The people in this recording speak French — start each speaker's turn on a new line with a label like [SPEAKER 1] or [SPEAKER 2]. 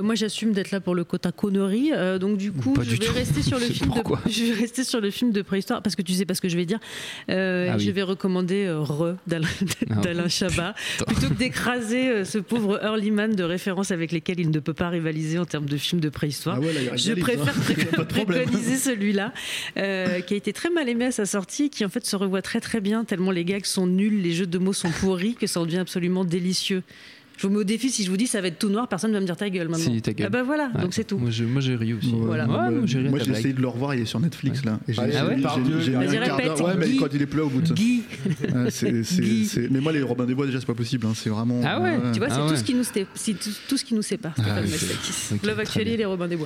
[SPEAKER 1] Moi, j'assume d'être là pour le quota connerie. Euh, donc, du coup,
[SPEAKER 2] Pas
[SPEAKER 1] je
[SPEAKER 2] du
[SPEAKER 1] vais,
[SPEAKER 2] tout.
[SPEAKER 1] rester sur le
[SPEAKER 2] Je sais
[SPEAKER 1] film
[SPEAKER 2] pourquoi.
[SPEAKER 1] de, je vais rester sur le film de préhistoire parce que tu sais pas ce que je vais dire. Euh,
[SPEAKER 2] Ah
[SPEAKER 1] et Je
[SPEAKER 2] oui.
[SPEAKER 1] vais recommander euh, Re d'Alain
[SPEAKER 2] Ah.
[SPEAKER 1] d'Alain Chabat plutôt que d'écraser euh, ce pauvre Earlyman de références avec lesquelles il ne peut pas rivaliser en termes de films de préhistoire.
[SPEAKER 3] Ah ouais, là, il y a
[SPEAKER 1] Je
[SPEAKER 3] régalise,
[SPEAKER 1] préfère
[SPEAKER 3] hein. Il y a pas de problème.
[SPEAKER 1] préconiser celui-là, euh, qui a été très mal aimé à sa sortie, qui en fait se revoit très très bien, tellement les gags sont nuls, les jeux de mots sont pourris, que ça en devient absolument délicieux. Je vous mets au défi, si je vous dis ça va être tout noir, personne ne va me dire ta gueule maintenant.
[SPEAKER 2] Si, ta gueule.
[SPEAKER 1] Ah bah voilà,
[SPEAKER 2] Ouais.
[SPEAKER 1] donc c'est tout.
[SPEAKER 2] Moi, j'ai- moi, j'ai ri aussi.
[SPEAKER 3] Ouais,
[SPEAKER 1] Voilà.
[SPEAKER 2] Ouais,
[SPEAKER 3] moi,
[SPEAKER 2] moi, j'ai ri à
[SPEAKER 3] moi,
[SPEAKER 2] ta
[SPEAKER 3] j'ai
[SPEAKER 2] blague.
[SPEAKER 3] essayé de le revoir, il est sur Netflix là. Et j'ai-
[SPEAKER 2] Ah
[SPEAKER 3] j'ai-
[SPEAKER 2] ouais
[SPEAKER 3] j'ai-
[SPEAKER 4] Pardieu,
[SPEAKER 3] j'ai mis
[SPEAKER 1] Vas-y,
[SPEAKER 3] un quart
[SPEAKER 1] répète,
[SPEAKER 3] d'heure. Ouais, mais
[SPEAKER 1] Guy.
[SPEAKER 3] quand il est pleut au bout de
[SPEAKER 1] Guy,
[SPEAKER 3] Ah, c'est- c'est-
[SPEAKER 1] Guy.
[SPEAKER 3] c'est- Mais moi, les Robin des Bois, déjà, c'est pas possible. hein, C'est vraiment.
[SPEAKER 2] Ah ouais,
[SPEAKER 1] tu vois, c'est
[SPEAKER 2] Ah
[SPEAKER 1] tout,
[SPEAKER 2] ouais.
[SPEAKER 1] ce qui nous sé- c'est tout, tout ce qui nous sépare, Stéphane
[SPEAKER 2] ouais,
[SPEAKER 1] Mastakis.
[SPEAKER 2] ok,
[SPEAKER 1] Love
[SPEAKER 2] très
[SPEAKER 1] Actually
[SPEAKER 2] bien.
[SPEAKER 1] et les Robins des Bois.